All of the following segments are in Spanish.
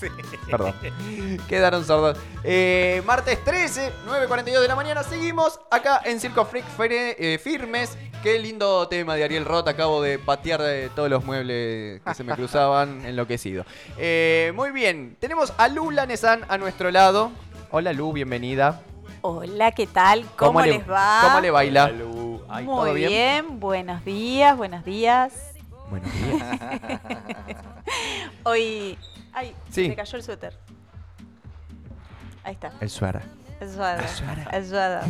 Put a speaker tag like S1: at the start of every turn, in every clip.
S1: Sí.
S2: Perdón. Quedaron sordos. Eh, martes 13, 9.42 de la mañana. Seguimos acá en Circo Freak Fere- eh, Firmes. Qué lindo tema de Ariel Roth. Acabo de patear eh, todos los muebles que se me cruzaban. Enloquecido. Eh, muy bien. Tenemos a Lula Nesan a nuestro lado. Hola Lu, bienvenida.
S3: Hola, ¿qué tal? ¿Cómo,
S2: le-
S3: les va?
S2: ¿Cómo le baila? ¿todo
S3: Muy
S2: bien?
S3: bien? buenos días, buenos días.
S2: Buenos días.
S3: Hoy. Ay,
S2: Sí.
S3: se me cayó el suéter. Ahí está.
S2: El suara.
S3: Ayuda.
S2: Ayuda.
S3: Ayuda.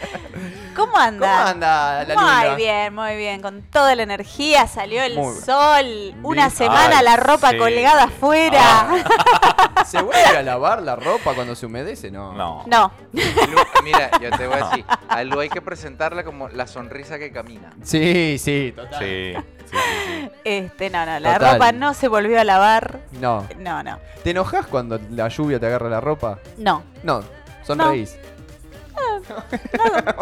S3: ¿Cómo anda?
S2: ¿Cómo anda la Lula?
S3: Muy bien, muy bien. Con toda la energía salió el
S2: Muy bien.
S3: sol. Una
S2: Ay, Ah.
S3: semana la ropa
S1: sí.
S3: colgada afuera.
S2: ¿Se vuelve a lavar la ropa cuando se humedece? No.
S1: No.
S3: No,
S4: Lu- Mira, yo te voy a decir, a Lu hay que presentarla como la sonrisa que camina.
S2: Sí, sí.
S1: Sí, sí, sí,
S3: este, no, no. La
S2: Total.
S3: ropa no se volvió a lavar.
S2: No.
S3: No, no.
S2: ¿Te enojas cuando la lluvia te agarra la ropa?
S3: No.
S2: No, sonreís.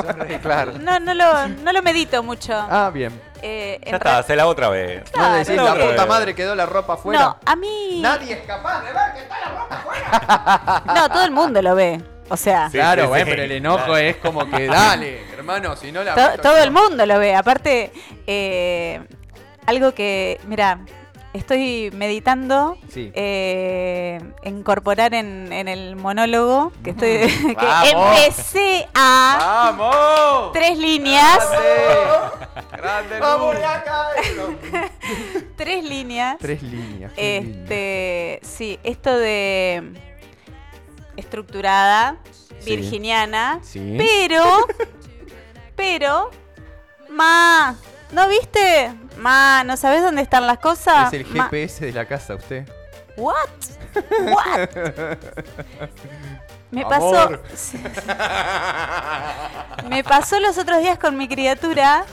S4: Sonríe, claro.
S3: No, no lo, no lo medito mucho.
S2: Ah, bien.
S3: Eh,
S1: sí.
S3: en
S1: Ya está,
S3: realidad-
S1: hacela otra vez.
S2: No
S3: Claro,
S2: decís,
S1: no,
S2: la
S1: pero-
S2: puta madre quedó la ropa afuera.
S3: No, a mí.
S2: Nadie es capaz de ver que está la ropa afuera.
S3: No, todo el mundo lo ve. O sea,
S1: Sí,
S2: claro,
S1: sí,
S2: bueno,
S1: sí.
S2: pero el enojo
S1: Claro.
S2: es como que dale, hermano, si no la.
S3: to- todo el mundo lo ve. Aparte, eh, algo que. Mira, estoy meditando.
S2: Sí.
S3: eh, incorporar en, en el monólogo que estoy que
S2: Vamos.
S3: empecé a
S2: ¡Vamos!
S3: tres líneas Eh,
S4: Grande Lu.
S2: ¡Vamos de acá!
S3: tres líneas
S2: Tres líneas. qué lindo.
S3: Este, sí, esto de estructurada,
S2: Sí.
S3: virginiana,
S2: Sí.
S3: pero, pero, ma, ¿no viste? Ma, ¿no sabes dónde están las cosas?
S2: Es el
S3: Ma,
S2: GPS de la casa, usted.
S3: what? What? Me pasó,
S2: Amor.
S3: me pasó los otros días con mi criatura.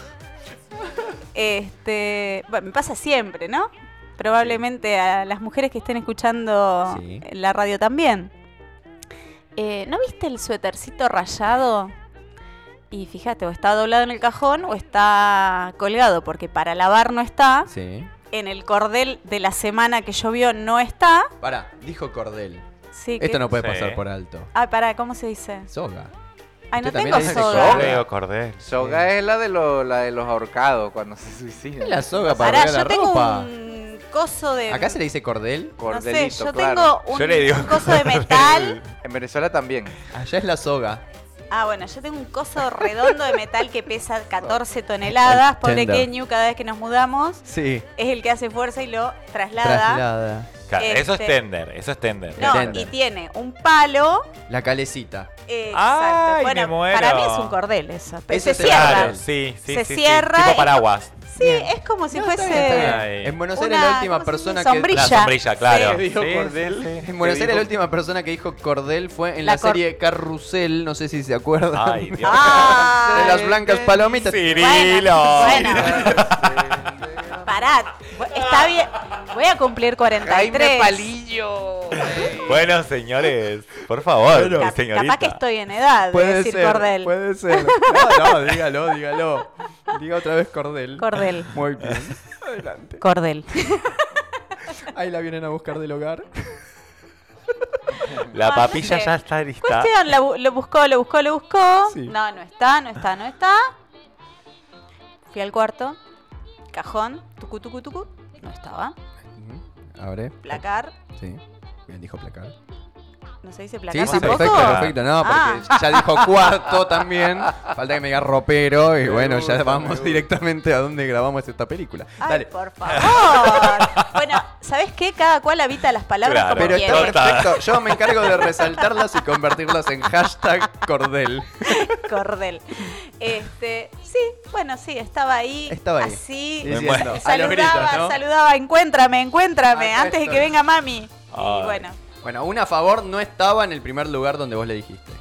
S3: Este, bueno, me pasa siempre, ¿no? Probablemente a las mujeres que estén escuchando
S2: Sí.
S3: la radio también. Eh, ¿No viste el suétercito rayado? Y fíjate, o está doblado en el cajón o está colgado, porque para lavar no está.
S2: Sí.
S3: En el cordel de la semana que llovió no está.
S2: Pará, dijo Cordel.
S3: Sí,
S2: Esto
S3: que-
S2: no puede
S1: Sí.
S2: pasar por alto.
S3: Ay, pará, ¿cómo se dice?
S2: Soga.
S3: Ay, no
S2: Usted también
S3: tengo
S2: le dice
S3: soga.
S2: soga.
S1: Leo Cordel.
S4: Soga es la de, lo- la de los ahorcados cuando se suicidan.
S2: Es la soga para
S3: Pará,
S2: colgar
S3: yo
S2: la
S3: tengo
S2: ropa.
S3: un eh, coso de.
S2: Acá se le dice cordel.
S3: No
S4: Cordelito,
S3: sé, yo
S4: claro.
S3: tengo un,
S1: Yo le digo-
S3: un coso de metal.
S4: En Venezuela también.
S2: Allá es la soga.
S3: Ah, bueno, yo tengo un coso redondo de metal que pesa 14 toneladas. Pobre
S2: Tender.
S3: Kenyu, cada vez que nos mudamos,
S2: Sí.
S3: es el que hace fuerza y lo traslada.
S2: Traslada.
S1: Claro, Eso es
S3: Este.
S1: tender, eso es tender.
S3: No,
S2: Tender.
S3: y tiene un palo.
S2: La calecita.
S3: eh,
S1: Ay,
S3: exacto. Bueno,
S1: me muero.
S3: para mí es un cordel eso. Pero
S2: Eso
S3: se
S2: es el
S3: cierra.
S2: Cierra.
S1: Claro, sí, sí,
S3: Se
S1: sí, sí.
S3: cierra
S1: Tipo
S3: y-
S1: paraguas.
S3: Sí, es como si fuese.
S2: Está bien, está bien.
S1: Ay.
S2: En Buenos
S3: Una-
S2: Aires la última
S3: ¿cómo se dice?
S2: persona
S3: Sombrilla.
S2: que.
S1: La sombrilla, claro.
S2: Sí, dijo Cordel. En Buenos
S4: Te
S2: Aires la
S4: digo-
S2: última persona que dijo cordel fue en la,
S3: La cor-
S2: serie Carrusel, no sé si se acuerdan.
S1: Ay, Dios.
S3: Ah,
S2: de las blancas palomitas.
S1: Cirilo.
S3: Bueno, pará. Está bien. Voy a cumplir 43.
S4: Jaime Palillo.
S1: Bueno, señores, por favor,
S2: Bueno.
S3: Cap-
S1: señorita.
S3: Capaz que estoy en edad de decir cordel.
S2: puede ser. No, no, dígalo, dígalo. Diga otra vez cordel.
S3: Cordel.
S2: Muy bien. Adelante.
S3: Cordel.
S2: Ahí la vienen a buscar del hogar.
S1: La
S3: Ah,
S1: papilla
S3: no sé.
S1: ya está lista.
S3: Cuestión, la bu- lo, buscó, lo buscó, lo buscó.
S2: Sí.
S3: No, no está, no está, no está. Fui al cuarto, cajón, tucu, tucu, tucu. No estaba.
S2: Abre.
S3: Placar,
S2: Sí. Bien, dijo placar.
S3: no se dice
S2: Sí,
S3: placar.
S2: sí,
S3: tampoco.
S2: perfecto, perfecto. No, porque
S3: Ah.
S2: ya dijo cuarto también. Falta que me diga ropero. Y bueno, ya vamos directamente a donde grabamos esta película.
S3: Ay,
S2: Dale.
S3: por favor. bueno, ¿sabés qué? Cada cual habita las palabras
S1: Claro.
S3: como
S2: Pero
S3: quiere.
S2: está
S1: Total.
S2: perfecto. Yo me encargo de resaltarlas y convertirlas en hashtag cordel.
S3: Cordel. Este, sí, bueno, sí, estaba ahí.
S2: Estaba ahí.
S3: Así.
S1: Me
S2: Diciendo,
S1: muero.
S2: a los
S3: Saludaba,
S2: gritos, ¿no?
S3: saludaba, encuéntrame, encuéntrame,
S2: Acá
S3: antes de
S2: estoy.
S3: que venga mami.
S1: Ay.
S3: Y bueno,
S2: Bueno, una a favor no estaba en el primer lugar donde vos le dijiste.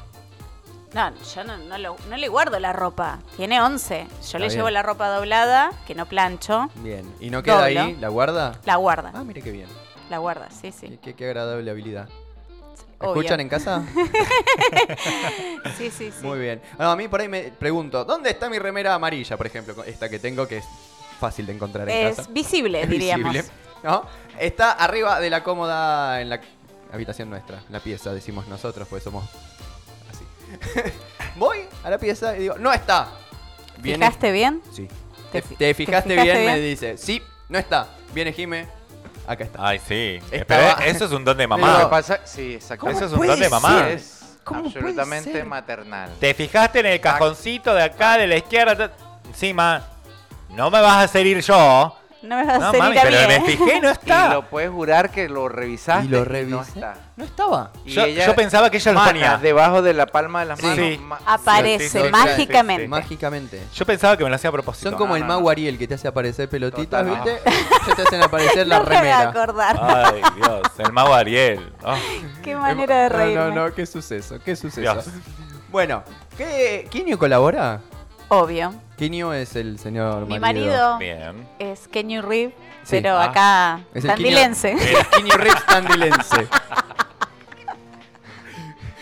S3: no, yo no, no lo- no le guardo la ropa, tiene 11. Yo le
S2: bien.
S3: llevo la ropa doblada, que no plancho,
S2: Bien. ¿Y no queda
S3: Doblo.
S2: ahí? ¿La guarda?
S3: la guarda,
S2: Ah, mire qué bien.
S3: la guarda, sí, sí.
S2: Qué- Qué, qué agradable habilidad.
S3: obvio.
S2: ¿Escuchan en casa?
S3: Sí, sí, sí.
S2: Muy bien. No, a mí por ahí me pregunto, ¿dónde está mi remera amarilla, por ejemplo? Esta que tengo que es fácil de encontrar en
S3: Es
S2: casa.
S3: visible,
S2: Es
S3: diríamos.
S2: visible. ¿no? Está arriba de la cómoda en la habitación nuestra, en la pieza, decimos nosotros, pues somos así. Voy a la pieza y digo, no está. Viene-
S3: ¿Fijaste bien?
S2: Sí.
S3: ¿Te
S2: ¿Te,
S3: fi-
S2: te
S3: te
S2: fijaste,
S3: fijaste
S2: bien? Me
S3: bien?
S2: dice, sí, no está. Viene Jime, acá está.
S1: Ay, sí.
S2: Estaba-
S1: Pero eso es un don de
S4: Lo que
S1: mamá.
S4: pasa, sí, exactamente.
S1: Eso es un don de mamá.
S4: Es
S2: ¿Cómo puede
S4: absolutamente
S2: ser?
S4: maternal.
S1: Te fijaste en el cajoncito de acá, de la izquierda. ta- Encima, no me vas a hacer ir yo.
S3: No me vas a
S1: No,
S3: hacer
S1: mami,
S3: ir a mí,
S1: pero me
S3: ¿eh?
S1: fijé y no
S4: Y
S1: está.
S4: lo puedes jurar que lo revisaste.
S2: Y lo
S4: No
S2: revisé.
S4: está.
S2: No estaba.
S4: Y
S1: Yo,
S4: ella-
S1: yo pensaba que ella lo
S4: Manas,
S1: ponía.
S4: debajo de la palma de las
S1: Sí.
S4: manos.
S1: Sí.
S4: ma-
S3: Aparece
S1: Sí, sí, sí,
S3: mágicamente.
S1: sí, sí.
S2: Mágicamente.
S1: Yo pensaba que me lo hacía a propósito. Ah,
S2: Son como
S4: no,
S2: el
S4: no,
S2: mago
S4: no.
S2: Ariel que te hace aparecer pelotitas,
S4: Total,
S2: ¿viste? Ya te hacen aparecer la
S3: Nunca me voy a
S2: remera.
S3: acordar.
S1: Ay, Dios. El mago Ariel. Oh,
S3: Qué manera de reírme.
S2: Ah. No, no, no, qué suceso, qué suceso.
S1: Dios.
S2: Bueno, ¿qué, ¿Quinio colabora?
S3: Obvio.
S2: Quinio es el señor
S3: Mi marido
S1: Bien.
S3: es Kenny Reeve,
S2: Sí.
S3: pero
S2: Ah.
S3: acá
S2: Es el
S3: tandilense.
S2: El Quinio Rex tandilense.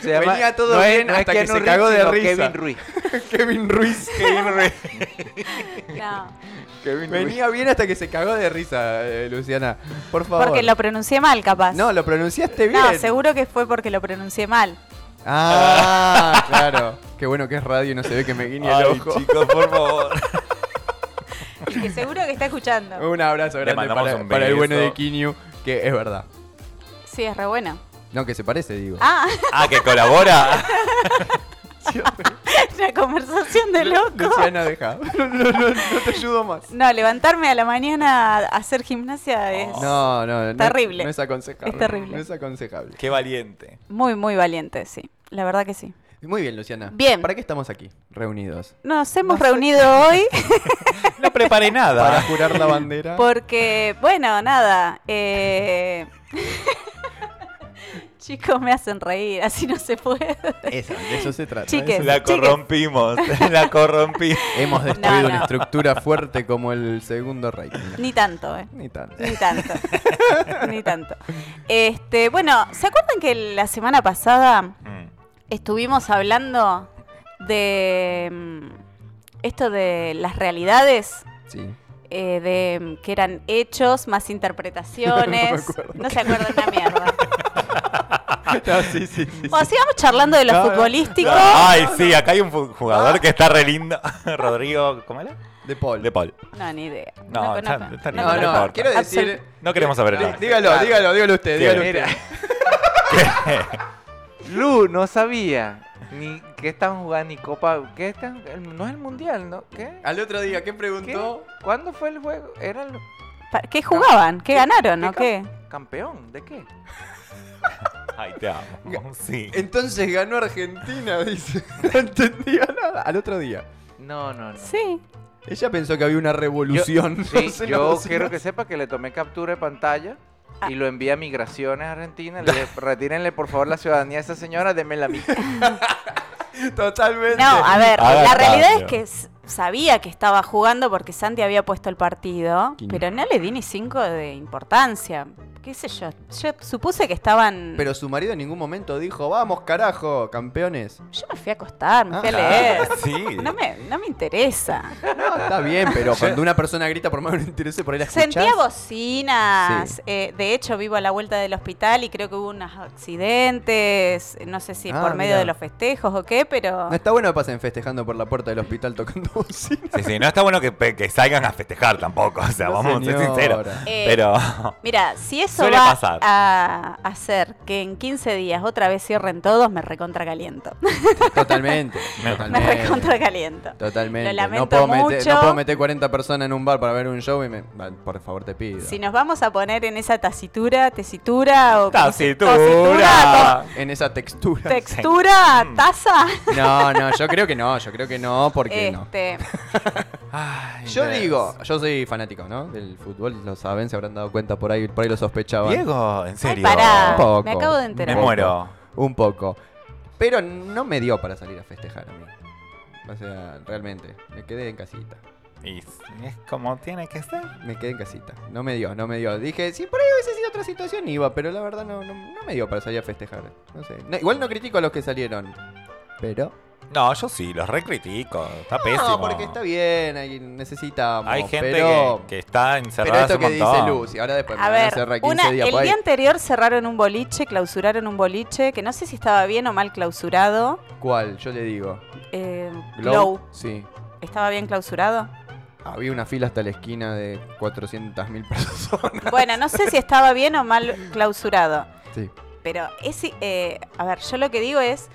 S4: Se llama-
S2: Venía todo
S4: no es-
S2: bien
S4: no es
S2: hasta que
S4: Keanu
S2: se
S4: Reeves,
S2: cagó de
S4: sino
S2: risa.
S4: Kevin Ruiz.
S2: Kevin Ruiz.
S3: No,
S2: Venía bien hasta que se cagó de risa, eh, Luciana. Por favor.
S3: porque lo pronuncié mal, capaz.
S2: No, lo pronunciaste bien.
S3: No, seguro que fue porque lo pronuncié mal.
S2: Ah, claro. Qué bueno que es radio y no se ve que me guiñe el
S1: Ay,
S2: ojo.
S1: chicos, por favor.
S3: Y que seguro que está escuchando.
S2: Un abrazo
S1: Le
S2: grande
S1: mandamos
S2: para,
S1: un
S2: para el bueno
S1: beso.
S2: de Quinio, que es verdad.
S3: Sí, es re bueno.
S2: No, que se parece, digo.
S3: Ah,
S1: Ah, que colabora.
S3: una conversación de loco.
S2: Luciana, deja. No, no, no, no te ayudo más.
S3: No, levantarme a la mañana a hacer gimnasia es
S2: Oh. No, no, no.
S3: Terrible.
S2: No es aconsejable.
S3: Es terrible.
S2: No es aconsejable.
S1: Qué valiente.
S3: muy, muy valiente, sí. La verdad que sí.
S2: Muy bien, Luciana.
S3: Bien.
S2: ¿Para qué estamos aquí reunidos?
S3: Nos hemos reunido hoy
S1: No preparé
S2: Para
S1: nada.
S2: jurar la bandera.
S3: porque, bueno, nada. eh, Chicos, me hacen reír, así no se puede.
S2: Eso, de eso se trata. ¿eh?
S3: Chiques.
S2: eso-
S1: La corrompimos. La corrompimos.
S2: Hemos destruido
S3: No, no.
S2: una estructura fuerte como el segundo rey. Mira,
S3: Ni tanto, ¿eh?
S2: Ni tanto.
S3: Ni tanto. Ni tanto. Este, bueno, ¿se acuerdan que la semana pasada
S1: Mm.
S3: estuvimos hablando de mm, esto de las realidades?
S2: Sí.
S3: eh, de mm, que eran hechos más interpretaciones.
S2: No me acuerdo.
S3: No se acuerdan una mierda.
S2: Ah, No, sí, sí, sí.
S3: Bueno, sigamos charlando de lo
S2: No, no, Ah.
S3: futbolístico.
S1: Ay, sí, acá hay un fu- jugador que está re lindo. Rodrigo, ¿cómo era?
S2: De Paul.
S1: De Paul.
S3: No, ni idea.
S1: No, está-
S3: conozco.
S1: está
S2: No,
S1: No
S2: no,
S1: importa.
S2: quiero decir.
S1: No queremos saber nada.
S2: Dí- Dígalo, dígalo, dígalo usted,
S1: Sí,
S2: dígalo
S4: mira.
S2: usted.
S4: Lu no sabía ni qué estaban jugando ni Copa. ¿Qué están? el- No es el mundial, ¿no? ¿Qué?
S2: Al otro día, ¿qué
S4: ¿Qué?
S2: preguntó?
S4: ¿Cuándo fue el juego? ¿Era el
S3: Pa- ¿Qué jugaban? ¿Qué ganaron o
S4: ca-
S3: qué?
S4: campeón? ¿De qué?
S1: Ay, te amo. Sí.
S2: Entonces ganó Argentina, dice. No entendía nada. Al otro día.
S4: No, no, no.
S3: Sí.
S2: Ella pensó que había una revolución.
S4: Yo, sí,
S2: No sé,
S4: yo
S2: no sé,
S4: quiero
S2: no
S4: que sepa que le tomé captura de pantalla
S3: Ah.
S4: y lo envié a Migraciones Argentina. Le dije, retírenle por favor la ciudadanía a esa señora, démela a mí.
S2: sé. Totalmente.
S3: No, a ver,
S1: A ver,
S3: la realidad
S1: cambio.
S3: es que s- sabía que estaba jugando porque Santi había puesto el partido,
S2: Quin-
S3: pero no le di ni cinco de importancia. ¿Qué sé yo? Yo supuse que estaban.
S2: Pero su marido en ningún momento dijo, vamos carajo, campeones.
S3: Yo me fui a acostar, me fui a
S2: Ah,
S3: leer.
S1: Sí.
S3: No me, no me interesa.
S2: No, está bien, pero cuando una persona grita por más de un interés por ahí la escuchás.
S3: Sentía bocinas.
S2: Sí.
S3: eh, de hecho, vivo a la vuelta del hospital y creo que hubo unos accidentes. No sé si
S2: Ah,
S3: por medio
S2: mirá.
S3: de los festejos o qué, pero.
S2: No está bueno que pasen festejando por la puerta del hospital tocando bocina.
S1: Sí, sí, no está bueno que, pe- que salgan a festejar tampoco, o sea,
S2: No,
S1: vamos a ser
S2: señora.
S1: sinceros.
S3: Eh,
S1: Pero
S3: Mira, si eso
S1: Suele
S3: va
S1: pasar.
S3: a hacer que en 15 días otra vez cierren todos, me recontracaliento.
S2: Totalmente.
S1: Me
S3: me
S2: totalmente.
S3: recontracaliento.
S2: Totalmente.
S3: Lo lamento
S2: no, puedo Meter,
S3: mucho.
S2: no puedo meter 40 personas en un bar para ver un show y me... Ah, Por favor, te pido.
S3: Si nos vamos a poner en esa tacitura, tesitura o como se- tositura,
S1: ¡Tacitura!
S2: En esa
S3: to-
S2: textura.
S3: textura, Mm. taza,
S2: No, no, yo creo que no, yo creo que no, porque no.
S3: este,
S1: Ay,
S2: Yo
S1: Dios.
S2: digo, yo soy fanático, ¿no? Del fútbol, lo saben, se habrán dado cuenta por ahí, por ahí lo sospechaban.
S1: Diego, en
S3: ay,
S1: serio.
S3: pará,
S2: Un poco.
S3: me acabo de
S1: Me
S3: enterar.
S2: Bueno.
S1: muero.
S2: Un poco. Pero no me dio para salir a festejar a mí. O sea, realmente, me quedé en casita.
S1: Y es como tiene que ser.
S2: Me quedé en casita. No me dio, no me dio. Dije, si por ahí hubiese sido otra situación, iba, pero la verdad no, no, no me dio para salir a festejar. No sé. No, igual no critico a los que salieron. Pero
S1: No, yo sí, los recritico. Está
S2: No,
S1: pésimo.
S2: porque está bien, ahí necesitamos.
S1: Hay gente
S2: pero,
S1: que, que está encerrada
S2: pero esto
S1: hace
S2: que
S1: un montón.
S2: dice Lucy, ahora después me
S3: A
S2: van a
S3: ver,
S2: cerrar 15
S3: una,
S2: días
S3: el
S2: por ahí.
S3: día anterior cerraron un boliche, clausuraron un boliche, que no sé si estaba bien o mal clausurado.
S2: ¿Cuál? Yo le digo.
S3: Eh,
S2: Glow.
S3: Glow,
S2: Sí.
S3: ¿estaba bien clausurado?
S2: Había una fila hasta la esquina de 400.000 personas.
S3: Bueno, no sé si estaba bien o mal clausurado.
S2: Sí.
S3: Pero es, i- eh, a ver, yo lo que digo es,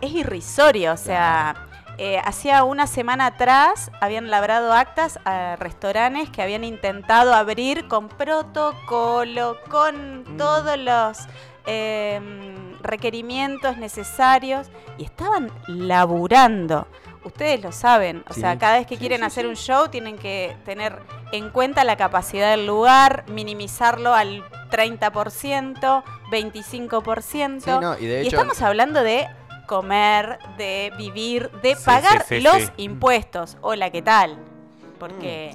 S3: es irrisorio, o sea, eh, hacía una semana atrás habían labrado actas a restaurantes que habían intentado abrir con protocolo, con
S2: Mm.
S3: todos los em, requerimientos necesarios y estaban laburando. Ustedes lo saben, o
S2: Sí,
S3: sea, cada vez que
S2: sí,
S3: quieren
S2: sí,
S3: hacer
S2: sí.
S3: un show tienen que tener en cuenta la capacidad del lugar, minimizarlo al 30%, 25%.
S2: Sí, no, y de
S3: y
S2: hecho.
S3: estamos hablando de comer, de vivir, de
S1: Sí,
S3: pagar
S1: sí, sí,
S3: los
S1: sí.
S3: impuestos. Hola, ¿qué tal? Porque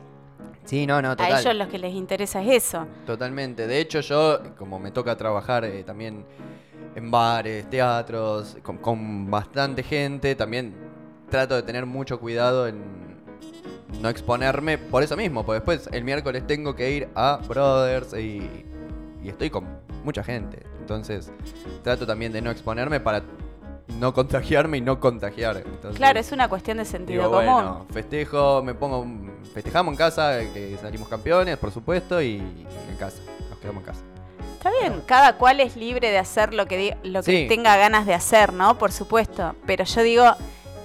S2: Sí, no, no,
S3: a
S2: Mm, total.
S3: ellos los que les interesa es eso.
S2: Totalmente. De hecho, yo, como me toca trabajar eh, también en bares, teatros, con, con bastante gente, también trato de tener mucho cuidado en no exponerme por eso mismo, porque después el miércoles tengo que ir a Brothers y, y estoy con mucha gente. Entonces, trato también de no exponerme para no contagiarme y no contagiar. Entonces,
S3: Claro, es una cuestión de sentido
S2: Digo,
S3: común.
S2: bueno, festejo, me pongo. un- Festejamos en casa, eh, que salimos campeones, por supuesto, y y en casa. Nos quedamos en casa.
S3: Está bien, cada cual es libre de hacer lo que, di- lo que
S2: Sí.
S3: tenga ganas de hacer, ¿no? Por supuesto. Pero yo digo,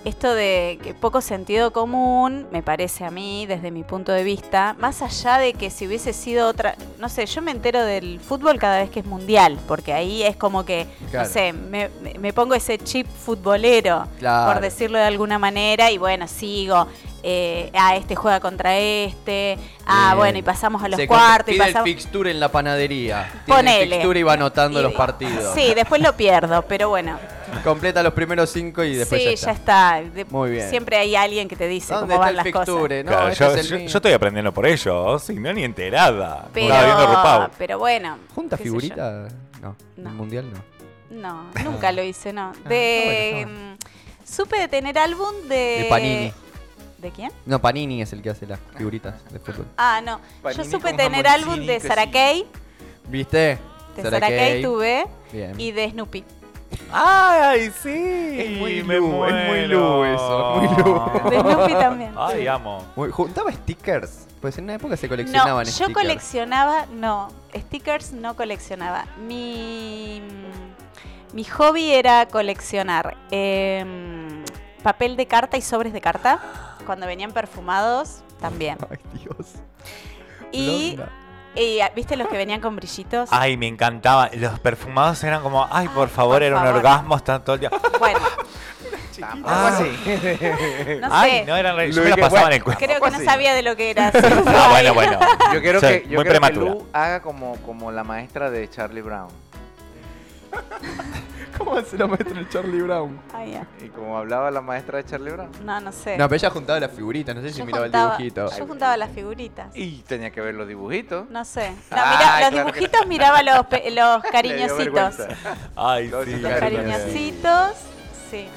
S3: esto de que poco sentido común, me parece a mí, desde mi punto de vista, más allá de que si hubiese sido otra. No sé, yo me entero del fútbol cada vez que es mundial, porque ahí es como que,
S2: Claro.
S3: no sé, me, me- me pongo ese chip futbolero
S2: Claro.
S3: por decirlo de alguna manera, y bueno, sigo. eh, ah, este juega contra este. Ah,
S2: Bien.
S3: bueno, y pasamos a los
S2: Se
S3: cuartos.
S2: compra-
S3: Y
S2: pide el
S3: pasamos...
S2: fixture en la panadería. Tiene el
S3: Ponele.
S2: fixture y va anotando
S3: Y- eh,
S2: los partidos.
S3: Sí, después lo pierdo, pero bueno.
S2: Completa los primeros cinco y después
S3: sí,
S2: ya está.
S3: De-
S2: Muy bien.
S3: Siempre hay alguien que te dice
S2: ¿Dónde
S3: cómo
S2: está
S3: van
S2: el
S3: las cosas.
S2: fixture? No,
S1: Claro,
S2: este
S1: yo,
S2: es el
S1: yo-
S2: mío.
S1: yo estoy aprendiendo por ellos, si no ni enterada. Estaba viendo
S3: Pero,
S1: RuPaul.
S3: pero bueno.
S2: ¿Junta
S3: qué sé yo.
S2: figurita? No.
S3: No.
S2: Mundial no.
S3: No, nunca lo hice, no. De,
S2: está Ah, bueno,
S3: mm, supe de tener álbum de.
S2: De Panini.
S3: ¿De quién?
S2: No, Panini es el que hace las figuritas de fútbol.
S3: Ah, no.
S4: Panini
S3: Yo supe
S4: con
S3: tener
S4: jamoncini,
S3: álbum de
S4: que sí.
S3: Sarakei.
S2: ¿Viste?
S3: De
S2: Sarah Kay.
S3: Sarakei tuve.
S2: Bien.
S3: Y de Snoopy.
S1: ¡Ay, sí!
S2: Es muy
S1: me
S2: Lu, es muy Lu
S1: muero.
S2: eso, muy Lu.
S3: De Snoopy también.
S1: Ay, amo.
S2: Muy- Juntaba stickers. Pues en una época se coleccionaban
S3: No, yo
S2: stickers.
S3: coleccionaba, no, stickers no coleccionaba. Mi, mi hobby era coleccionar em, papel de carta y sobres de carta. Cuando venían perfumados, también.
S2: Ay, Dios. Ah,
S3: Y,
S2: Blonda.
S3: y, ah, ¿viste los que venían con brillitos?
S1: Ay, me encantaba. Los perfumados eran como, ay, por favor,
S3: por
S1: era un
S3: favor.
S1: orgasmo, están todo el día.
S3: Bueno,
S4: Ah,
S1: Ah.
S4: sí.
S3: no
S1: Ay,
S3: sé.
S1: no eran re-
S4: Lo
S1: Yo me la
S4: que-
S1: pasaba en
S4: bueno,
S1: el cuerpo.
S3: Creo que no
S4: así.
S3: sabía de lo que era.
S1: Ah, bueno, bueno.
S4: Yo quiero
S1: Sí,
S4: que, yo
S1: muy
S4: quiero que
S1: prematura.
S4: Lu haga como, como la maestra de Charlie Brown.
S2: ¿Cómo hace la maestra el Charlie Brown?
S3: Ay, ya.
S4: Y como hablaba la maestra de Charlie Brown.
S3: No, no sé.
S2: No, pero ella juntaba las figuritas, no sé si
S3: yo,
S2: miraba
S3: juntaba,
S2: el dibujito.
S3: yo juntaba las figuritas.
S4: Y tenía que ver los dibujitos.
S3: No sé. No, mira,
S4: Ay,
S3: los
S4: claro que no.
S3: dibujitos miraba los, pe- los
S4: Le dio
S3: cariñositos.
S4: vergüenza.
S1: Ay,
S4: Los
S1: sí.
S4: Claro,
S3: Cariñositos, sí.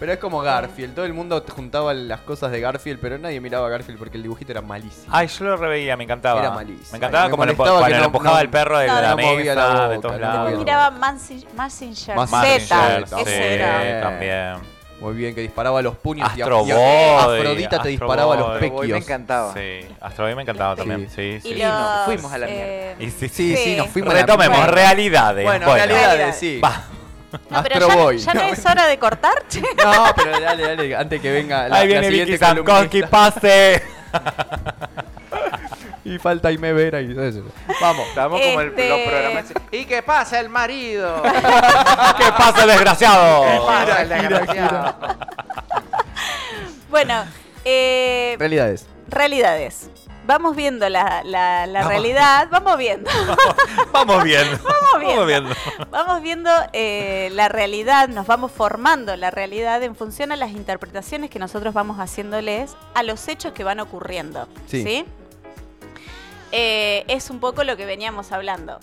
S2: Pero es como Garfield, todo el mundo te juntaba las cosas de Garfield, pero nadie miraba a Garfield porque el dibujito era malísimo.
S1: Ay, yo lo reveía, me encantaba.
S2: Era malísimo.
S1: Me encantaba
S2: Ay, me
S1: como lo empu-
S2: molestaba
S1: cuando
S2: que
S1: lo
S2: no-
S1: empujaba
S2: no-
S1: el perro de
S3: no,
S1: la
S2: no movía la
S1: mesa, de
S2: boca, no
S1: todos lados.
S2: movía la
S3: Miraba Mansi- Mazinger
S2: Mazinger,
S3: Z.
S1: Mazinger,
S2: ese
S1: sí,
S2: era.
S1: también.
S2: Muy bien, que disparaba los puños y a-
S1: Astro
S2: y a-
S1: Boy,
S2: Afrodita te
S1: Astro
S2: disparaba los
S1: Boy.
S4: Pero Boy me
S2: pequios.
S4: encantaba.
S1: Sí, Astro Boy me encantaba también. Sí, sí.
S3: Y
S1: sí.
S4: lo-
S3: los,
S4: fuimos a la
S3: eh,
S1: Y sí, sí.
S2: Sí, sí,
S3: Sí.
S2: nos fuimos a la
S1: Retomemos,
S2: pipa.
S1: realidades.
S2: Bueno,
S1: Bueno.
S2: realidades, sí.
S1: Va.
S3: No, pero
S2: Astro
S3: ya,
S2: Boy.
S3: ya no es hora de cortar, che.
S2: No, pero dale, dale, antes que venga la,
S1: Ahí
S2: la
S1: viene Vicky
S2: siguiente
S1: Zankowski,
S2: columnista.
S1: pase.
S2: Y falta Aime Vera y eso. Vamos.
S4: Estábamos como el,
S3: Este-
S4: los programas. ese, ¿Y qué pasa el marido?
S1: ¿Qué pasa, desgraciado?
S4: Pasa el desgraciado.
S3: Bueno, eh,
S2: Realidades.
S3: realidades. Vamos viendo la, la- la realidad, vamos viendo.
S1: Vamos viendo. Vamos viendo.
S3: Vamos viendo eh, la realidad, nos vamos formando la realidad en función a las interpretaciones que nosotros vamos haciéndoles a los hechos que van ocurriendo.
S2: Sí.
S3: Sí. Eh, es un poco lo que veníamos hablando.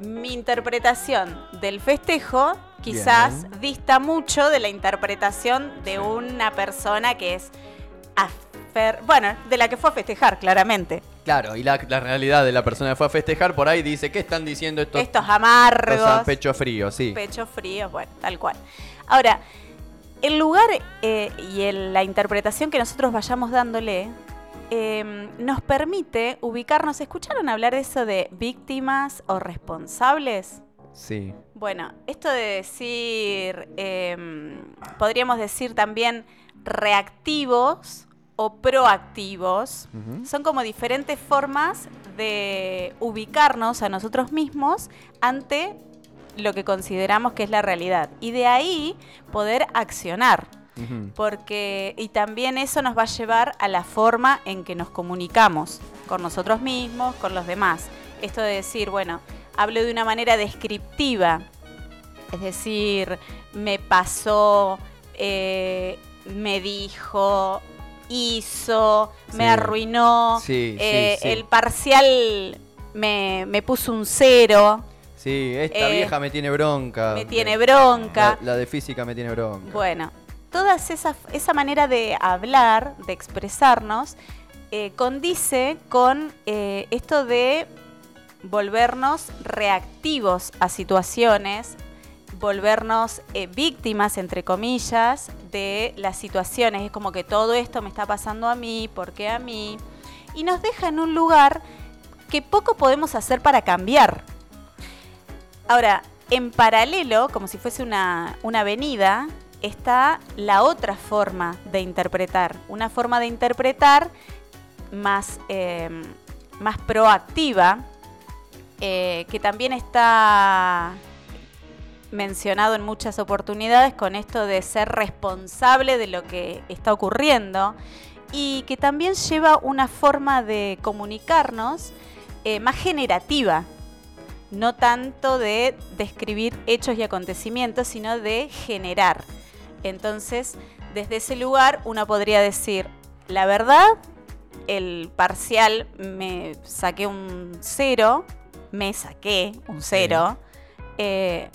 S3: Mi interpretación del festejo quizás dista mucho de la interpretación de una persona que es afer- bueno, de la que fue a festejar, claramente.
S2: Claro, y la, la realidad de la persona que fue a festejar por ahí dice, ¿qué están diciendo estos,
S3: Estos amargos.
S2: estos a pecho frío? Sí.
S3: pechos fríos, bueno, tal cual. Ahora, el lugar eh, y el- la interpretación que nosotros vayamos dándole eh, nos permite ubicarnos. ¿Escucharon hablar de eso de víctimas o responsables?
S2: Sí.
S3: Bueno, esto de decir, eh, podríamos decir también reactivos o proactivos,
S2: Ujú.
S3: son como diferentes formas de ubicarnos a nosotros mismos ante lo que consideramos que es la realidad y de ahí poder accionar
S2: Ujú.
S3: porque y también eso nos va a llevar a la forma en que nos comunicamos con nosotros mismos, con los demás. Esto de decir, bueno, hablo de una manera descriptiva, es decir, me pasó, eh, me dijo, hizo, me
S2: Sí.
S3: arruinó,
S2: Sí, sí,
S3: eh,
S2: sí.
S3: el parcial me, me puso un cero,
S2: Sí, esta
S3: Eh,
S2: vieja me tiene bronca.
S3: me tiene bronca.
S2: La, la de física me tiene bronca.
S3: Bueno, toda esa, esa manera de hablar, de expresarnos, eh, condice con eh, esto de volvernos reactivos a situaciones, volvernos eh, víctimas, entre comillas, de las situaciones. Es como que todo esto me está pasando a mí, ¿por qué a mí? Y nos deja en un lugar que poco podemos hacer para cambiar. Ahora, en paralelo, como si fuese una, una avenida, está la otra forma de interpretar. Una forma de interpretar más, eh, más proactiva, eh, que también está mencionado en muchas oportunidades con esto de ser responsable de lo que está ocurriendo y que también lleva una forma de comunicarnos eh, más generativa, no tanto de describir hechos y acontecimientos, sino de generar. Entonces, desde ese lugar uno podría decir, la verdad, el parcial me saqué un cero, me saqué un cero, eh,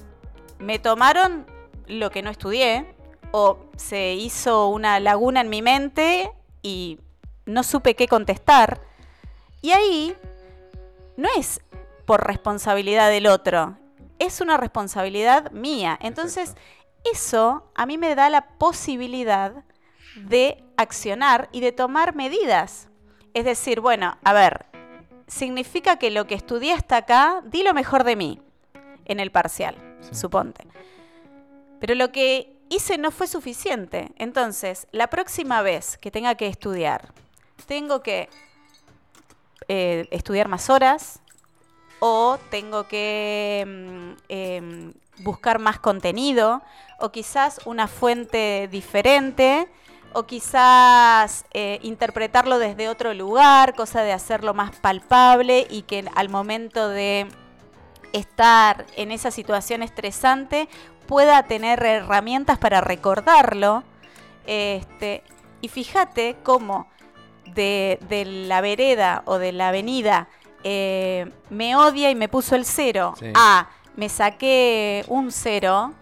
S3: me tomaron lo que no estudié, o se hizo una laguna en mi mente y no supe qué contestar. Y ahí no es por responsabilidad del otro, es una responsabilidad mía. Entonces, eso a mí me da la posibilidad de accionar y de tomar medidas. Es decir, bueno, a ver, significa que lo que estudié hasta acá, di lo mejor de mí en el parcial, suponte. Pero lo que hice no fue suficiente. Entonces, la próxima vez que tenga que estudiar, tengo que eh, estudiar más horas o tengo que mm, em, buscar más contenido o quizás una fuente diferente o quizás eh, interpretarlo desde otro lugar, cosa de hacerlo más palpable y que al momento de estar en esa situación estresante pueda tener herramientas para recordarlo. Este, y fíjate cómo de, de la vereda o de la avenida eh, me odia y me puso el cero.
S2: Sí.
S3: Ah, me saqué un cero.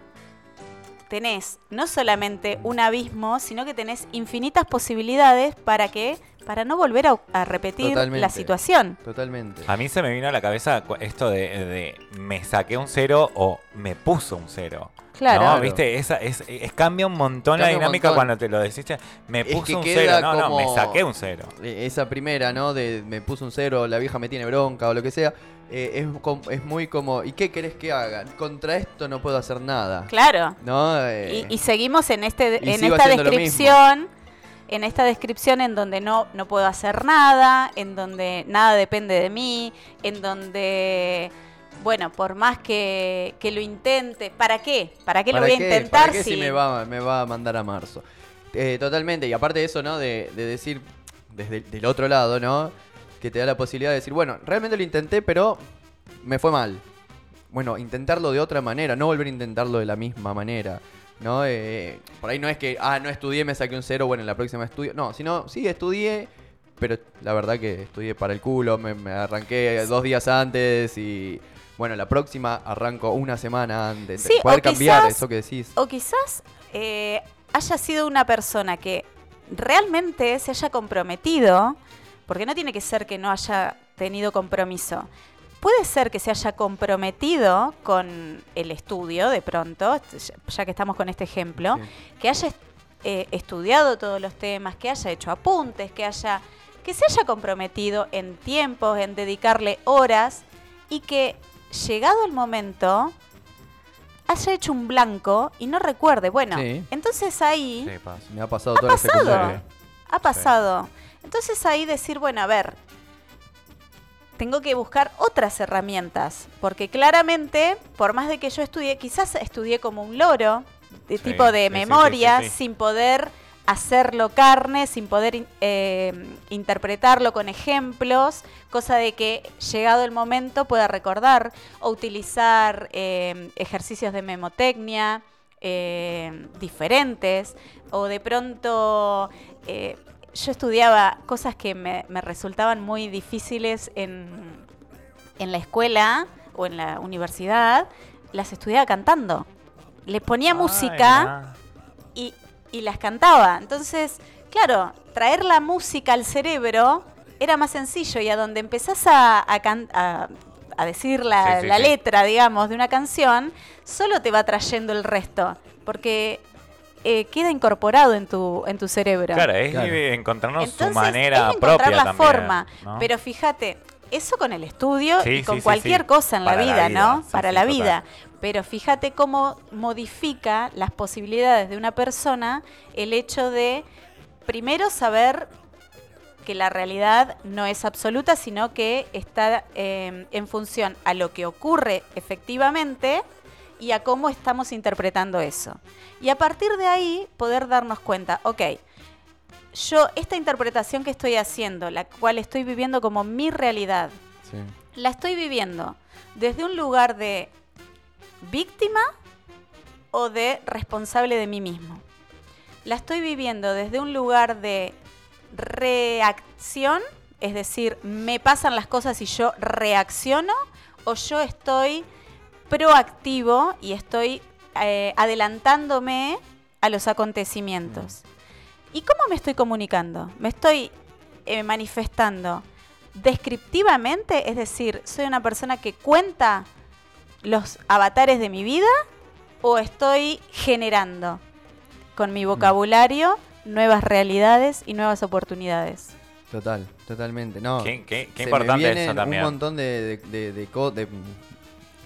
S3: Tenés no solamente un abismo, sino que tenés infinitas posibilidades para que para no volver a, a repetir la
S2: Totalmente.
S3: situación.
S2: Totalmente.
S1: A mí se me vino a la cabeza cu- esto de, de me saqué un cero o me puso un cero.
S3: Claro.
S1: No, viste, Esa, es, es- cambia un montón
S2: Cambia
S1: la
S2: un
S1: dinámica
S2: montón.
S1: cuando te lo decís. che, Me
S2: Es que
S1: puso un
S2: queda
S1: cero. No, no, me
S2: como-
S1: saqué un cero.
S2: Eh, Esa primera, ¿no? De me puso un cero, la vieja me tiene bronca o lo que sea. eh, es, com- es muy como, ¿y qué querés que haga? Contra esto no puedo hacer nada.
S3: Claro.
S2: ¿No?
S3: Y,
S2: Eh,
S3: y seguimos en este
S2: Y
S3: en
S2: sigo
S3: esta
S2: haciendo lo
S3: descripción, en esta descripción en donde no no puedo hacer nada, en donde nada depende de mí, en donde bueno, por más que, que lo intente, ¿para qué? ¿Para qué
S2: ¿para
S3: lo voy a
S2: qué?
S3: intentar
S2: ¿Para qué si me va, me va a mandar a marzo? Eh, totalmente. Y aparte de eso, ¿no? De, de decir, desde el del otro lado, ¿no? Que te da la posibilidad de decir, bueno, realmente lo intenté, pero me fue mal. Bueno, intentarlo de otra manera, no volver a intentarlo de la misma manera. ¿No? Eh, por ahí no es que, ah, no estudié, me saqué un cero, bueno, en la próxima estudio. No, sino, sí, estudié, pero la verdad que estudié para el culo, me, me arranqué dos días antes y Bueno, la próxima arranco una semana antes.
S3: Sí,
S2: Poder
S3: o
S2: cambiar
S3: quizás-
S2: eso que decís.
S3: O quizás eh, haya sido una persona que realmente se haya comprometido, porque no tiene que ser que no haya tenido compromiso. Puede ser que se haya comprometido con el estudio, de pronto, ya- ya que estamos con este ejemplo,
S2: Sí.
S3: que haya eh, estudiado todos los temas, que haya hecho apuntes, que haya que se haya comprometido en tiempos, en dedicarle horas y que llegado el momento haya hecho un blanco y no recuerde. Bueno,
S2: Sí.
S3: entonces ahí
S1: Sí, pasa.
S2: Me ha pasado
S3: ha
S2: toda la
S3: pasado.
S2: secundaria.
S3: Ha pasado. Entonces ahí decir, bueno, a ver, tengo que buscar otras herramientas, porque claramente, por más de que yo estudié, quizás estudié como un loro, de
S1: Sí,
S3: tipo de
S1: sí, sí,
S3: memoria,
S1: sí, sí, sí.
S3: sin poder hacerlo carne, sin poder in- eh, interpretarlo con ejemplos, cosa de que llegado el momento pueda recordar o utilizar eh, ejercicios de memotecnia eh, diferentes o de pronto eh, yo estudiaba cosas que me, me resultaban muy difíciles en, en la escuela o en la universidad, las estudiaba cantando. Les ponía música y, y las cantaba. Entonces, claro, traer la música al cerebro era más sencillo y a donde empezás a, a can- a- a decir la,
S1: Sí, sí,
S3: la
S1: sí.
S3: letra, digamos, de una canción, solo te va trayendo el resto, porque eh, queda incorporado en tu, en tu cerebro.
S1: Claro, es
S2: Claro.
S1: encontrarnos su
S3: Entonces,
S1: manera
S3: es encontrar
S1: propia
S3: la
S1: también,
S3: forma.
S1: ¿no?
S3: Pero fíjate, eso con el estudio
S1: Sí,
S3: y con
S1: sí, sí,
S3: cualquier
S1: sí.
S3: cosa en la
S1: Para la
S3: vida,
S1: vida,
S3: ¿no?
S1: sí,
S3: Para
S1: sí,
S3: la
S1: total.
S3: vida. Pero fíjate cómo modifica las posibilidades de una persona el hecho de primero saber que la realidad no es absoluta, sino que está eh, en función a lo que ocurre efectivamente y a cómo estamos interpretando eso. Y a partir de ahí poder darnos cuenta, ok, yo esta interpretación que estoy haciendo, la cual estoy viviendo como mi realidad,
S2: Sí.
S3: la estoy viviendo desde un lugar de víctima o de responsable de mí mismo. La estoy viviendo desde un lugar de reacción, es decir, me pasan las cosas y yo reacciono, o yo estoy proactivo y estoy eh, adelantándome a los acontecimientos. ¿Y cómo me estoy comunicando? Me estoy eh, manifestando descriptivamente, es decir, soy una persona que cuenta los avatares de mi vida o estoy generando con
S1: Mm.
S3: mi vocabulario nuevas realidades y nuevas oportunidades.
S2: Total, totalmente. No,
S1: Qué, qué- qué
S2: se me
S1: importante
S2: vienen
S1: eso también.
S2: Un montón de, de, de- de co- de-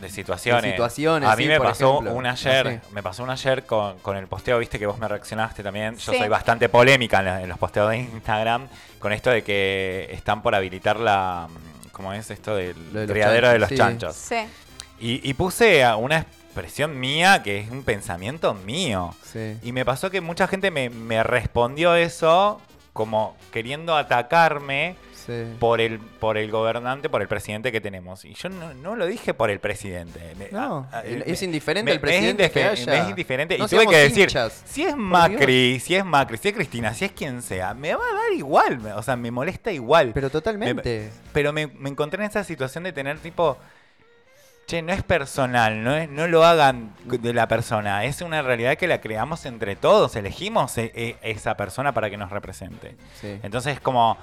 S1: De situaciones.
S2: De situaciones,
S1: A mí
S2: sí,
S1: me
S2: por
S1: pasó
S2: ejemplo. Ah,
S1: un ayer,
S2: No
S1: me pasó un ayer con, con el posteo, viste que vos me reaccionaste también. Yo
S3: Sí.
S1: soy bastante polémica en, la- en los posteos de Instagram con esto de que están por habilitar la, ¿cómo es esto del
S2: Lo de los
S1: criadero de
S2: chanchos,
S1: los
S2: sí.
S1: chanchos?
S3: Sí.
S1: Y, y puse a una expresión mía que es un pensamiento mío.
S2: sí.
S1: Y me pasó que mucha gente me, me respondió eso como queriendo atacarme
S2: sí.
S1: por el, por el gobernante, por el presidente que tenemos. Y yo no, no lo dije por el presidente. Me-
S2: No,
S1: a- a-
S2: es
S1: Ah, eh, me-
S2: indiferente
S1: me-
S2: el presidente
S1: me es
S2: que
S1: indife-
S2: haya.
S1: me es indiferente.
S2: No
S1: y tuve
S2: seamos
S1: que decir,
S2: hinchas.
S1: si es Macri, si es Macri, si es Cristina, si es quien sea, me va a dar igual. me- O sea, me molesta igual.
S2: Pero totalmente.
S1: Pero me, me encontré en esa situación de tener tipo. Che, no es personal, no, es, no lo hagan de la persona. Es una realidad que la creamos entre todos. Elegimos e- e- esa persona para que nos represente.
S2: Sí.
S1: Entonces, como.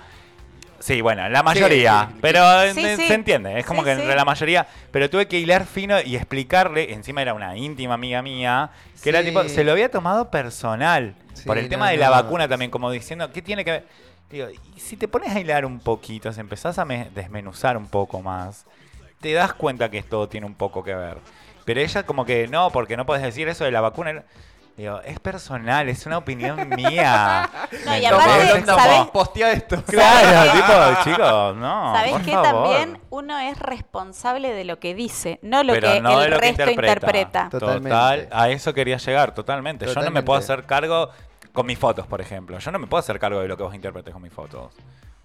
S1: Sí, bueno, la mayoría.
S2: sí.
S1: Pero
S3: Sí,
S1: eh,
S3: sí.
S1: se entiende. Es como
S3: Sí,
S1: que
S3: sí.
S1: entre la mayoría. Pero tuve que hilar fino y explicarle. Encima era una íntima amiga mía. Que era
S2: Sí.
S1: tipo. Se lo había tomado personal.
S2: Sí,
S1: por el tema
S2: no,
S1: de la
S2: no.
S1: vacuna también. Como diciendo, ¿qué tiene que ver? Digo, y si te pones a hilar un poquito, si empezás a me- desmenuzar un poco más, te das cuenta que todo tiene un poco que ver. Pero ella, como que no, porque no podés decir eso de la vacuna. Digo, es personal, es una opinión mía.
S3: No, y
S1: ¿Me
S3: aparte,
S1: entendés?
S2: Entonces,
S1: Es como-
S3: ¿sabés?
S2: Postea esto.
S1: Claro, tipo, chicos, no.
S3: ¿Sabes
S1: Ah, por
S3: que
S1: favor.
S3: también uno es responsable de lo que dice, no lo
S1: Pero
S3: que
S1: no de
S3: el
S1: lo que
S3: resto interpreta?
S2: Totalmente.
S1: Total, a eso quería llegar, totalmente. Yo no me
S2: Totalmente.
S1: puedo hacer cargo con mis fotos, por ejemplo. Yo no me puedo hacer cargo de lo que vos interpretes con mis fotos.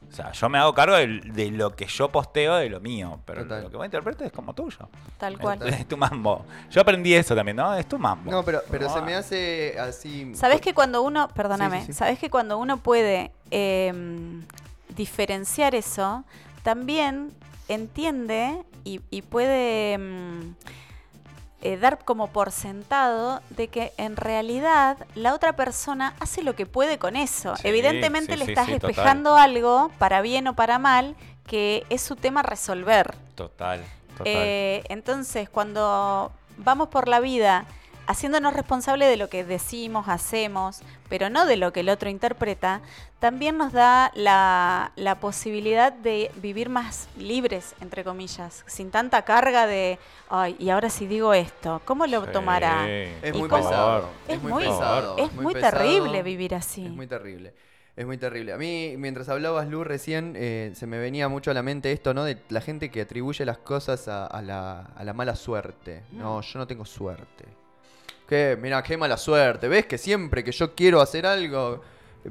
S1: O sea, yo me hago cargo de, de lo que yo posteo, de lo mío. Pero
S2: Total.
S1: lo que vos interpretes es como tuyo.
S3: Tal cual.
S1: Es, es tu mambo. Yo aprendí eso también, ¿no? Es tu mambo.
S2: No, pero, pero se me
S3: Ah.
S1: hace
S2: hace así.
S3: ¿Sabes que cuando uno, perdóname,
S2: sí, sí.
S3: sabes que cuando uno puede eh, diferenciar eso, em, también entiende y, y puede mm, eh, dar como por sentado de que en realidad la otra persona hace lo que puede con eso.
S1: Sí,
S3: Evidentemente
S1: sí,
S3: le
S1: sí,
S3: estás
S1: sí, total.
S3: despejando algo, para bien o para mal, que es su tema resolver.
S1: Total, total.
S3: Eh, entonces, cuando vamos por la vida haciéndonos responsable de lo que decimos, hacemos, pero no de lo que el otro interpreta, también nos da la, la posibilidad de vivir más libres, entre comillas, sin tanta carga de, ay, y ahora si digo esto, ¿cómo lo
S1: Sí.
S3: tomará?
S2: Es
S3: ¿Y
S2: muy
S3: cómo?
S2: pesado.
S3: Es muy-
S2: pesado.
S3: Es muy,
S2: pesado.
S3: terrible vivir así.
S2: Es muy terrible. Es muy terrible. A mí, mientras hablabas, Lu, recién eh, se me venía mucho a la mente esto, ¿no? De la gente que atribuye las cosas a, a la, a la mala suerte. No, yo no tengo suerte. ¿Qué? Mira, qué mala suerte. ¿Ves que siempre que yo quiero hacer algo,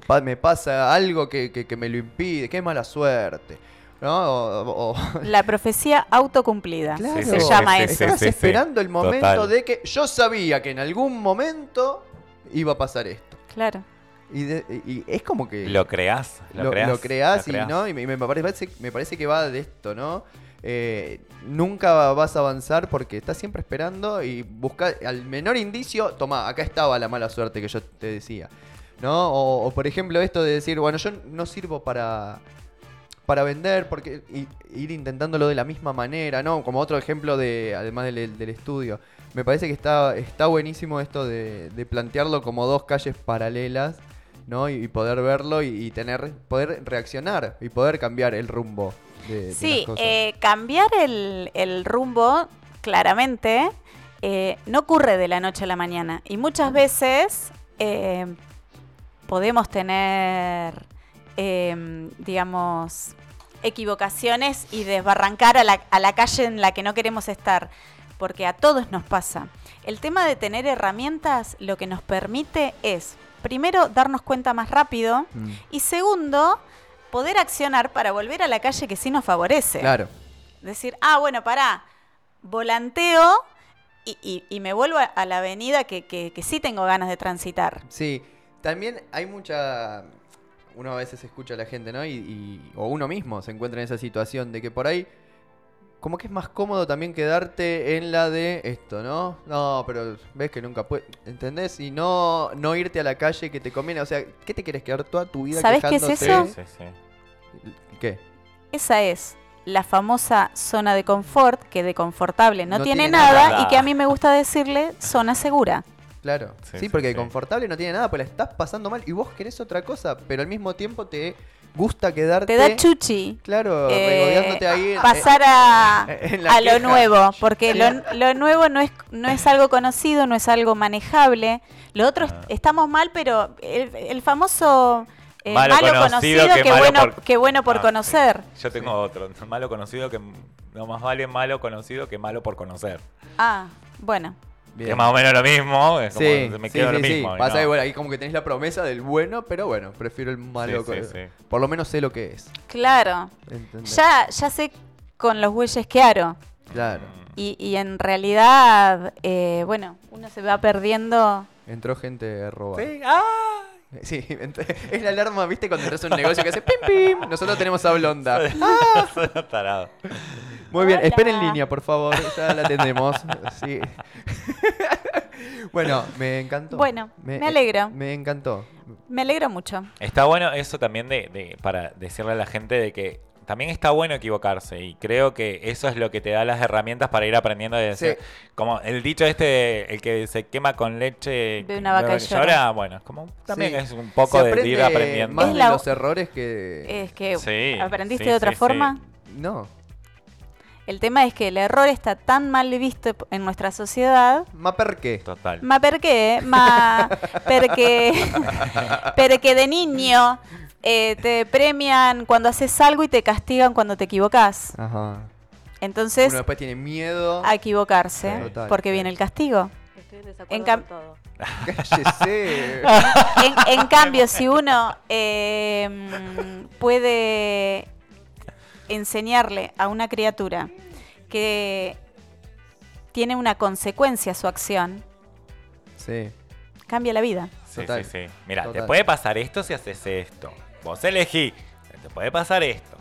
S2: pa- me pasa algo que, que- que me lo impide? Qué mala suerte. ¿No? O- o-
S3: La profecía autocumplida.
S2: Claro.
S3: Se llama
S1: Sí, sí,
S3: eso.
S2: Estás
S1: sí, sí.
S2: esperando el momento
S1: Total.
S2: de que yo sabía que en algún momento iba a pasar esto.
S3: Claro.
S2: Y, de- y- y es como que
S1: Lo creás, lo, creás.
S2: lo creás
S1: lo
S2: y, ¿no? y me, me parece, me parece que va de esto, ¿no? Eh, nunca vas a avanzar porque estás siempre esperando y busca al menor indicio, tomá, acá estaba la mala suerte que yo te decía. ¿No? O, o, por ejemplo esto de decir, bueno, yo no sirvo para para vender porque y- ir intentándolo de la misma manera, ¿no? Como otro ejemplo de además del, del estudio. Me parece que está está buenísimo esto de, de plantearlo como dos calles paralelas ¿no? Y, y poder verlo y, y tener poder reaccionar y poder cambiar el rumbo de, de las
S3: Sí,
S2: cosas.
S3: eh, cambiar el, el rumbo, claramente, eh, no ocurre de la noche a la mañana. Y muchas veces eh, podemos tener, eh, digamos, equivocaciones y desbarrancar a la, a la calle en la que no queremos estar, porque a todos nos pasa. El tema de tener herramientas lo que nos permite es, primero, darnos cuenta más rápido
S2: Mm.
S3: y segundo, poder accionar para volver a la calle que sí nos favorece.
S2: Claro.
S3: Decir, ah, bueno, pará, volanteo y, y- y me vuelvo a- a la avenida que, que- que sí tengo ganas de transitar.
S2: Sí, también hay mucha... Uno a veces escucha a la gente, ¿no? Y, y- o uno mismo se encuentra en esa situación de que por ahí... Como que es más cómodo también quedarte en la de esto, ¿no? No, pero ves que nunca puede, ¿entendés? Y no, no irte a la calle que te conviene. O sea, ¿qué te quieres quedar toda tu vida
S3: ¿Sabés qué es
S2: quejándote?
S3: eso?
S1: Sí, sí, sí.
S2: ¿Qué?
S3: Esa es la famosa zona de confort, que de confortable no,
S2: No
S3: tiene,
S2: tiene
S3: nada,
S1: nada.
S3: y que a mí me gusta decirle zona segura.
S2: Claro.
S1: Sí,
S2: Sí,
S1: sí,
S2: porque
S1: sí.
S2: confortable no tiene nada, pues la estás pasando mal y vos querés otra cosa, pero al mismo tiempo te gusta quedarte...
S3: Te da chuchi.
S2: Claro,
S3: eh,
S2: regodeándote ahí. en- eh,
S3: pasar a,
S2: en la
S3: a lo
S2: queja.
S3: nuevo, porque lo, lo nuevo no es, no es algo conocido, no es algo manejable. Lo otro es-
S1: Ah.
S3: estamos mal, pero el, el famoso eh,
S1: Malo
S3: malo,
S1: conocido
S3: conocido,
S1: que
S3: que,
S1: malo
S3: bueno,
S1: por-
S3: que bueno por
S1: Ah, sí.
S3: conocer.
S1: Yo tengo otro. Malo conocido que. No más vale malo conocido que malo por conocer.
S3: Ah, bueno.
S2: Bien.
S1: Que es más o menos lo mismo. es como
S2: Sí,
S1: me
S2: sí,
S1: quedo
S2: sí,
S1: lo
S2: sí.
S1: mismo. y
S2: Pasa
S1: no.
S2: que bueno, ahí como que tenés la promesa del bueno, pero bueno, prefiero el malo.
S1: Sí, sí,
S2: con-
S1: sí.
S2: Por lo menos sé lo que es.
S3: Claro.
S2: ¿entendés?
S3: Ya, ya sé con los bueyes que aro.
S2: Claro.
S3: Y, y en realidad, eh, bueno, uno se va perdiendo.
S2: Entró gente robada.
S1: Sí, ¡ah!
S2: Sí, ent- es la alarma, ¿viste? Cuando entras a un negocio que hace pim pim. Nosotros tenemos a Blonda.
S1: Soy un Mm, tarado.
S2: Muy bien,
S3: Hola.
S2: espera en línea, por favor. Ya la atendemos. Sí. bueno, me encantó.
S3: Bueno, me alegro.
S2: Me encantó.
S3: Me alegro mucho.
S1: Está bueno eso también de, de- para decirle a la gente de que también está bueno equivocarse y creo que eso es lo que te da las herramientas para ir aprendiendo de
S2: Sí.
S1: decir, como el dicho este de, el que se quema con leche
S3: De una vaca
S1: bebe
S3: y
S1: que
S3: llora.
S1: bueno, es como también
S2: Sí.
S1: es un
S2: Se
S1: poco de
S2: aprende
S1: ir aprendiendo.
S2: Más
S3: Es
S2: de
S3: la-
S2: los errores que.
S3: Es que
S1: Sí,
S3: aprendiste
S1: sí,
S3: de otra
S1: sí, sí.
S3: forma.
S2: No.
S3: El tema es que el error está tan mal visto en nuestra sociedad.
S2: Maperque.
S1: Total.
S3: Ma perché, ma perché, perché de niño eh, te premian cuando haces algo y te castigan cuando te equivocas.
S2: Ajá.
S3: Entonces,
S2: Uno después tiene miedo.
S3: a equivocarse
S1: Sí.
S2: Total.
S3: porque viene el castigo.
S5: Estoy en desacuerdo
S3: En cam-
S5: con todo.
S2: Cállese.
S3: En, en cambio, si uno eh, mm, puede enseñarle a una criatura que tiene una consecuencia su acción,
S2: sí.
S3: cambia la vida.
S1: Sí,
S2: Total.
S1: sí, sí. Mira, te
S2: Total.
S1: puede pasar esto si haces esto. Vos elegí. Te puede pasar esto.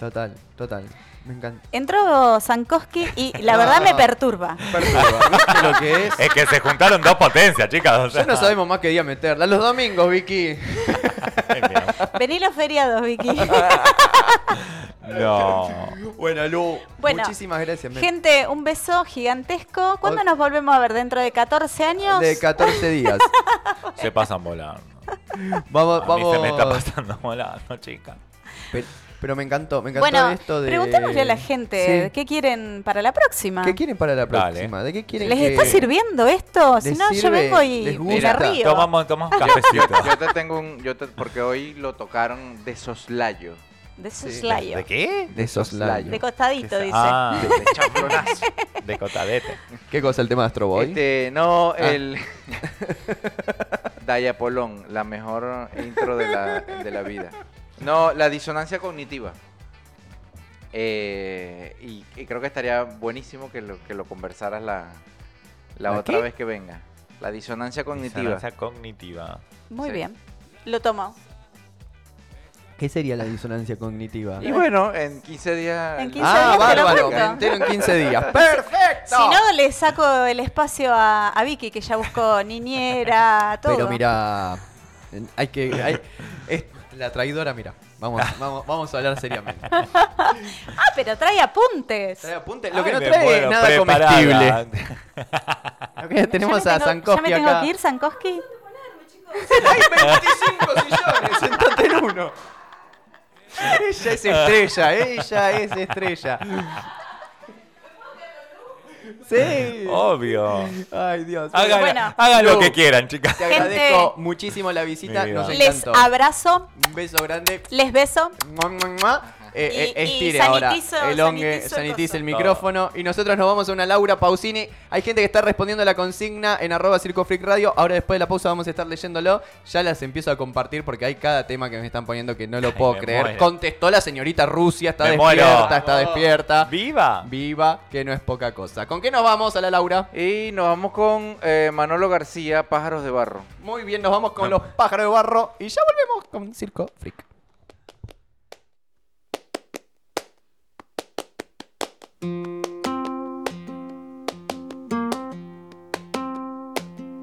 S2: Total, total. Me encanta.
S3: Entró Sankowski y la verdad me perturba.
S2: Perturba, ¿viste lo que es?
S1: Es que se juntaron dos potencias, chicas. o sea.
S2: Ya no sabemos más qué día meterla. Los domingos, Vicky.
S3: Vení los feriados, Vicky.
S1: No.
S2: Bueno, Lu,
S3: Bueno,
S2: muchísimas gracias. me-
S3: Gente, un beso gigantesco. ¿Cuándo
S2: Ot-
S3: nos volvemos a ver? ¿Dentro de 14 años?
S2: De 14 días.
S1: Se pasan volando.
S2: Vamos,
S1: A mí
S2: vamos.
S1: se me está pasando volando, chica.
S2: Pero, pero me encantó, me encantó
S3: bueno,
S2: esto de.
S3: preguntémosle a la gente
S2: Sí.
S3: qué quieren para la próxima.
S2: ¿Qué quieren para la
S1: Dale.
S2: próxima? ¿De qué quieren
S3: ¿Les
S2: que-
S3: está sirviendo esto? Si
S2: ¿Les
S3: no, yo
S2: sirve?
S3: vengo y
S2: ¿Les
S3: me
S2: gusta?
S3: río.
S1: Tomamos, tomamos
S4: Yo,
S1: cafecito.
S4: yo te tengo un. Yo te- porque hoy lo tocaron de soslayo.
S3: De
S2: Sí.
S3: soslayo.
S1: ¿De qué?
S4: De soslayo.
S3: De costadito, dice.
S1: Ah,
S4: De- de chambronazo.
S1: de cotadete.
S2: ¿Qué cosa? ¿El tema de Astro Boy?
S4: Este, no,
S2: Ah.
S4: el. Daya Polón, la mejor intro de la, de la vida. No, la disonancia cognitiva. Eh, y, y creo que estaría buenísimo que lo, que lo conversaras la, la
S2: ¿La
S4: otra
S2: qué?
S4: vez que venga. La disonancia cognitiva.
S1: Disonancia cognitiva.
S3: Muy
S4: Sí.
S3: bien. Lo tomo.
S2: ¿Qué sería la disonancia cognitiva?
S4: Y bueno, en 15 días.
S3: En 15
S2: ah,
S3: días te lo
S2: bárbaro, me
S3: cuento.
S2: entero en 15 días. ¡Perfecto!
S3: Si no, le saco el espacio a, a Vicky, que ya buscó niñera, todo.
S2: Pero mira, hay que. hay- es la traidora, mira. Vamos, vamos, vamos a hablar seriamente.
S3: Ah, pero trae apuntes.
S2: Trae apunte, Lo
S1: Ay,
S2: que no
S1: me
S2: trae
S1: muero,
S2: es nada
S1: preparada.
S2: comestible. Lo que tenemos
S3: Ya me
S2: a
S3: tengo-
S2: Sankoski
S3: ¿Ya me tengo
S2: acá.
S3: que ir, Sankoski?
S2: ¡Hay 25 sillones! ¡Sentate en uno! Ella es estrella, ella es estrella. Sí.
S1: Obvio.
S2: Ay, Dios.
S1: Hagan,
S3: Bueno.
S1: hagan lo
S2: Lu.
S1: que quieran, chicas.
S2: Te
S3: Gente.
S2: agradezco muchísimo la visita.
S1: Mi vida.
S2: Nos
S3: Les
S2: encantó.
S3: abrazo,
S2: Un beso grande.
S3: les beso.
S2: Mua, mua, mua. Eh,
S3: Y-
S2: eh,
S3: y
S2: estire ahora.
S3: sanitizo-
S2: Elongue,
S3: sanitizo el
S2: sanitice
S3: coso.
S2: el micrófono. Y nosotros nos vamos a una Laura Pausini. Hay gente que está respondiendo a la consigna en arroba Circo Freak Radio. Ahora después de la pausa vamos a estar leyéndolo. Ya las empiezo a compartir porque hay cada tema que me están poniendo que no lo
S1: Ay,
S2: puedo
S1: me
S2: creer.
S1: muero.
S2: Contestó la señorita Rusia, está
S1: Me muero. Oh.
S2: despierta, está despierta.
S1: ¡Viva!
S2: Viva, que no es poca cosa. ¿Con qué nos vamos a la Laura?
S4: Y nos vamos con eh, Manolo García, Pájaros de Barro.
S2: Muy bien, nos vamos con los pájaros de barro y ya volvemos con Circo Freak.